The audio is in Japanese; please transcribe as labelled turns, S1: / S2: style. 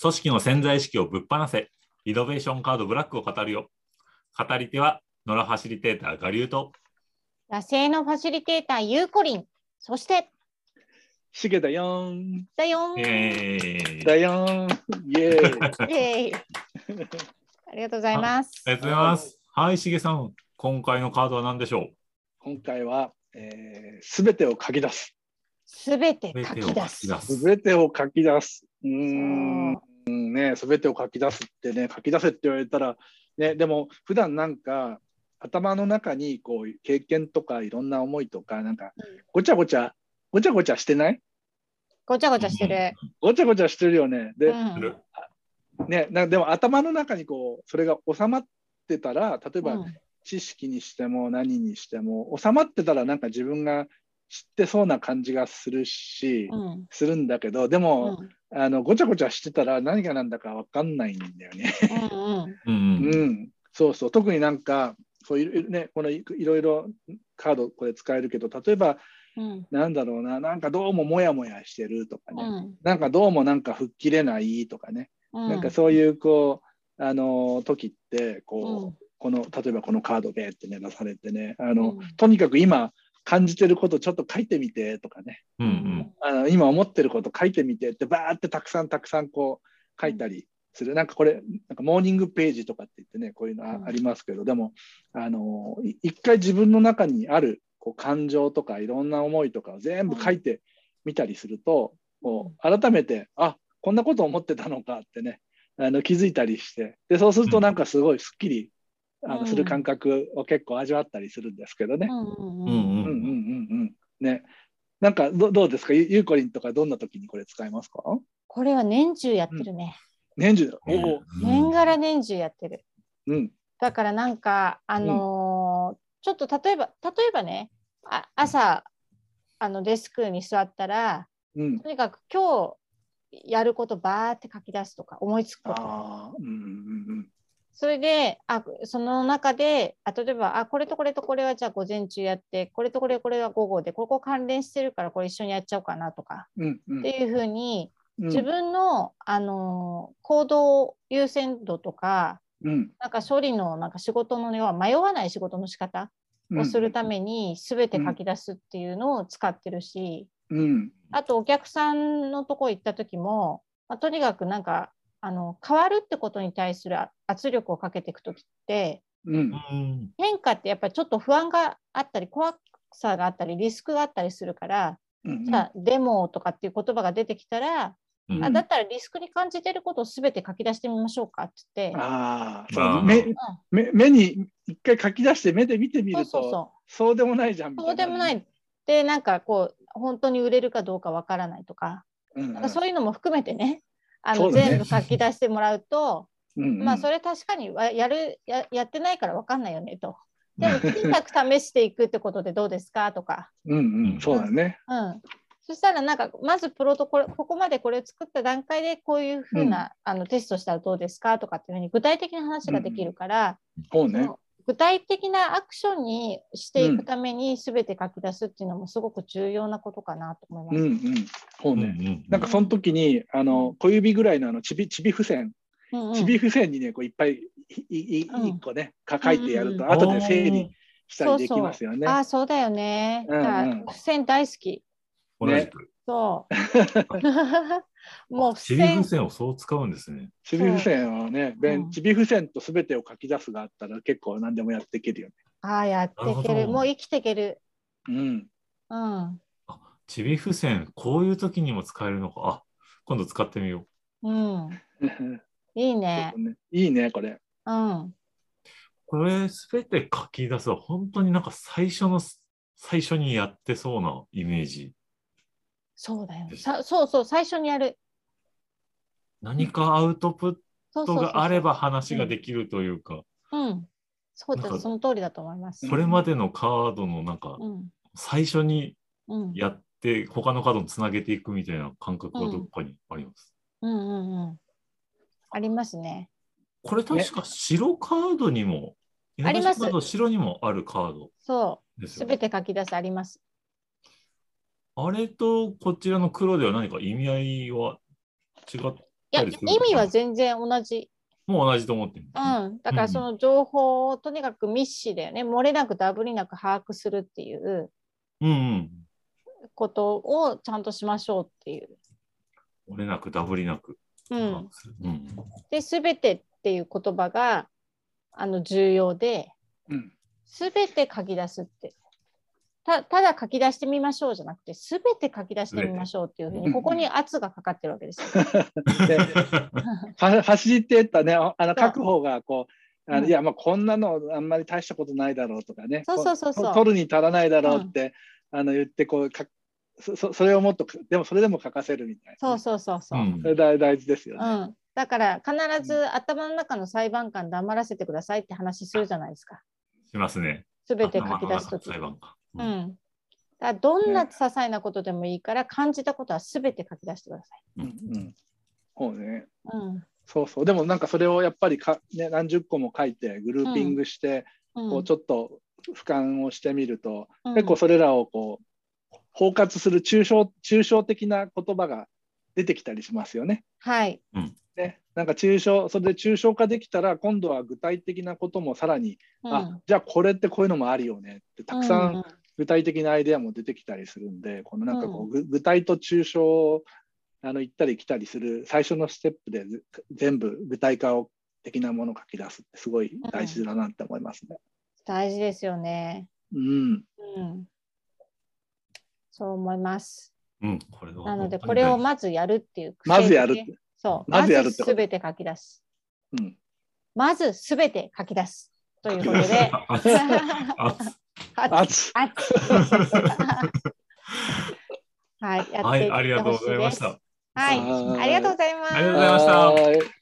S1: 組織の潜在意識をぶっ放せ、リノベーションカードブラックを語るよ。語り手は、野良ファシリテーター、ガリュウと、
S2: 野生のファシリテーターゆうこりんそして
S3: しげだよーん。
S2: だよん、
S1: えー、あ
S3: だよーん。イエーイ。
S2: イエーイありがとうございます
S1: りがとうございます。はい、しげさん、今回のカードは何でしょ
S3: 今回は、えー、すべてを書き出す。
S2: すべて
S1: う
S2: 書き出す
S1: 全てを書き出す。
S3: すべてを書き出す。うーん。ね、すべてを書き出すってね、書き出せって言われたら、ね、でも普段なんか。頭の中にこう経験とかいろんな思いとかなんか
S2: うん
S3: ごちゃごちゃごちゃごちゃしてない
S2: ごちゃごちゃしてる、
S3: ごちゃごちゃしてるよね。
S2: う
S3: で、
S1: す
S2: ん
S1: る
S3: ね、なでも頭の中にこうそれが収まってたら例えば
S2: うん
S3: 知識にしても何にしても収まってたらなんか自分が知ってそうな感じがするし、
S2: うん
S3: するんだけどで
S2: うん
S3: も、あのごちゃごちゃしてたら何が何だか分かんないんだよね。
S2: うんうん
S1: う
S3: うんん、そうそう特になんかそういうねこのいいろいろカードこれ使えるけど例えば
S2: うん
S3: なんだろうななんかどうもモヤモヤしてるとかね、
S2: うん
S3: なんかどうもなんか吹っ切れないとかね、
S2: うん
S3: なんかそういうこうあの時ってこう、
S2: うん
S3: この例えばこのカードでってね出されてねあ
S2: う
S3: の、
S2: ん
S3: とにかく今感じてることちょっと書いてみてとかね
S1: うんうん
S3: あの今思ってること書いてみてってバーってたくさんたくさんこう書いたりする、なんかこれなんかモーニングページとかって言ってねこういうのあ,、
S2: うん
S3: りますけどでもあのい一回自分の中にあるこう感情とかいろんな思いとかを全部書いてみたりすると、こう改めてあこんなこと思ってたのかってねあの気づいたりしてでそうするとなんかすごいすっきり、あ
S2: うん
S3: のする感覚を結構味わったりするんですけどね。
S2: うんうん
S1: うんう
S2: う
S1: んんうん
S3: うんうんうんうん。ね。なんかどどうですかゆゆうこりんとかどんな時にこれ使いますか
S2: これは年中やってるね、
S3: 年中。おお。
S2: 年
S1: う
S2: がら年中やってる
S3: うん。
S2: だからなんかあのーちょっと例えば例えばねあ朝あのデスクに座ったら
S3: うん。
S2: とにかく今日やることばーって書き出すとか思いつくこと
S3: ああ。うんうん
S2: それであその中であ例えばあこれとこれとこれはじゃあ午前中やってこれとこれこれは午後でここ関連してるからこれ一緒にやっちゃおうかなとか
S3: うん。うんうん
S2: っていうふうに
S3: うん。
S2: 自分の、あのー行動優先度とか
S3: うん
S2: なんか処理のなんか仕事の要は迷わない仕事の仕方
S3: うん
S2: をするために全て書き出すっていうのを使ってるし、
S3: うん。
S2: あとお客さんのとこ行った時も、まあ、とにかくなんかあの変わるってことに対するあ圧力をかけていく時って
S3: うん。
S1: ん
S2: 変化ってやっぱりちょっと不安があったり怖さがあったりリスクがあったりするから、
S3: うん
S2: じゃあデモとかっていう言葉が出てきたら、
S1: うん
S2: あだったらリスクに感じてることを全て書き出してみましょうかって言って。
S3: あ
S1: ま
S3: あ。そ
S1: あ
S3: う目目目に一回書き出して目で見てみ
S2: うん、
S3: る
S2: そうそう
S3: と
S2: そう
S3: そうでもないじゃんみた
S2: そう
S3: い
S2: で
S3: な。
S2: もない。で、なんかこう、本当に売れるかどうかわからないとか、
S3: うんうん。
S2: なんかそういうのも含めてね、あ
S3: そ
S2: の
S3: うだね
S2: 全部書き出してもらうと、
S3: うんうん
S2: まあ、それ確かにわやるや、やってないからわかんないよねと。でも、小さく試していくってことでどうですかとか。
S3: うんうん。そうだね。
S2: うん。そしたら、なんか、まずプロトコル、ここまでこれを作った段階で、こういうふうな、あのテストしたらどうですかとかっていうふうに、具体的な話ができるから、
S3: そうね
S2: そ。の具体的なアクションにしてい
S3: うん
S2: くために全て書き出すっていうのもすごく重要なことかなと思いま
S3: うん
S2: す。
S3: うん。そう
S1: うんう
S3: ね。
S1: ん
S3: なんかその時にあの小指ぐらいのあのちびちび付箋
S2: うんうん
S3: ちび付箋にね、こういっぱい、いいい
S2: うん
S3: 一個ね、か書いてやる
S2: う
S3: と、
S1: んうんうん
S3: 後で整理したりできますよね。
S2: ああそうだよね。
S3: うんうん
S2: だから付箋大好き。
S1: 同じく。
S2: そう。もう
S1: ちび
S2: 付
S1: 風
S2: 箋
S1: 船をそう使うんですね。
S3: ちび付箋はね、べ
S2: うん
S3: んちび付箋とすべてを書き出すがあったら、結構何でもやっていけるよね。
S2: ああやっていけ
S1: なる
S2: る。
S1: ほど
S2: もう生きていける。
S3: うん、
S2: うん。
S1: ちび風船、こういう時にも使えるのか。あ、今度使ってみよう。
S2: うん。 いいね。
S3: いいね、これ。
S2: うん。
S1: これ、すべて書き出すは、本当になんか最初の、最初にやってそうなイメージ。
S2: そうだよ。さそうそう最初にやる。
S1: 何かアウトプ
S2: そ
S1: ッ
S2: うそう
S1: ト
S2: そうそう
S1: があれば話ができるというか、
S2: うん。そう
S1: なん
S2: だ
S1: か
S2: その通りだと思います。
S3: ん
S1: これまでのカードのなんか
S2: う、ん。
S1: 最初に
S2: うん。
S1: やって、他のカードにつなげていくみたいな感覚がどっかにあります。
S2: うんうんうん。ありますね。
S1: これ確か白カードにも、
S2: ありま
S1: 山梨
S2: す
S1: カード白にもあるカード
S2: そう。
S1: です
S2: す
S1: よ
S2: べ
S1: ね。
S2: て書き出すあります。
S1: あれとこちらの黒では何か意味合いは違っ
S2: い
S1: た
S2: や
S1: り
S2: 意
S1: するのかな
S2: 味は全然同じ。
S1: もう同じと思ってる。
S2: うん。だからその情報をとにかく密使だよね。漏れなくダブりなく把握するっていう
S1: うんうん。
S2: ことをちゃんとしましょうっていう。
S1: 折れなく、ダブりなく。
S2: うん。
S1: うん。
S2: で、すべてっていう言葉があの重要で、
S3: うん
S2: すべて書き出すって。たただ書き出してみましょうじゃなくて、すべて書き出してみましょうっていうふう
S1: う
S2: に、
S1: ん
S2: ここに圧がかかってるわけですよ。
S3: では走ってったね、ああの
S2: そう
S3: 書く方がこう、あ
S2: う
S3: の
S2: ん
S3: いや、まあこんなのあんまり大したことないだろうとかね、
S2: そうそうそうそう
S3: こ取るに足らないだろうって、あの言ってこうかそ、そそれをもっと、でもそれでも書かせるみたいな。
S2: そうそうそうそう。
S1: うん
S3: それ大大事ですよ
S2: う
S3: ね。
S2: ん、だから必ず頭の中の裁判官黙らせてくださいって話するじゃないですか。
S1: しますね。
S2: すべて書き出すとき。
S1: 裁判官。
S2: う
S1: うん
S2: ん。だからどんな些細なことでもいいから感じたことはすべて書き出してください。
S1: う
S3: うんんうんそうね。
S2: うん。
S3: そうそう。でもなんかそれをやっぱりか、ね、何十個も書いて、グルーピングして、
S2: うん
S3: こうちょっと俯瞰をしてみると、
S2: うん
S3: 結構それらをこう、包括する抽象抽象的な言葉が出てきたりしますよね。
S2: はい。
S3: ね、なんか抽象それで抽象化できたら今度は具体的なこともさらに、
S2: うん
S3: あじゃあこれってこういうのもあるよねってたくさ
S2: うん
S3: ん具体的なアイデアも出てきたりするんで、このなんかこう、ぐ具体と抽象をあの行ったり来たりする最初のステップでず全部具体化を的なものを書き出すってすごい大事だなって思いますね。
S2: 大事ですよね。
S3: うん、
S2: うん。そう思います。
S1: うん。これは
S2: なのでこれを
S1: ま
S2: まずやるっていう。
S3: まずやるって。
S2: そう。
S3: まずやるってこと
S2: すべて書き出す。
S3: うん
S2: まずすべて書き出す。ということで。
S1: 熱 熱
S3: 熱
S2: はい はい、やっていってほしいで
S1: は
S2: す
S1: いありがとうございました。
S2: はい、ありがとうございます。
S1: ありがとうございました
S3: はーい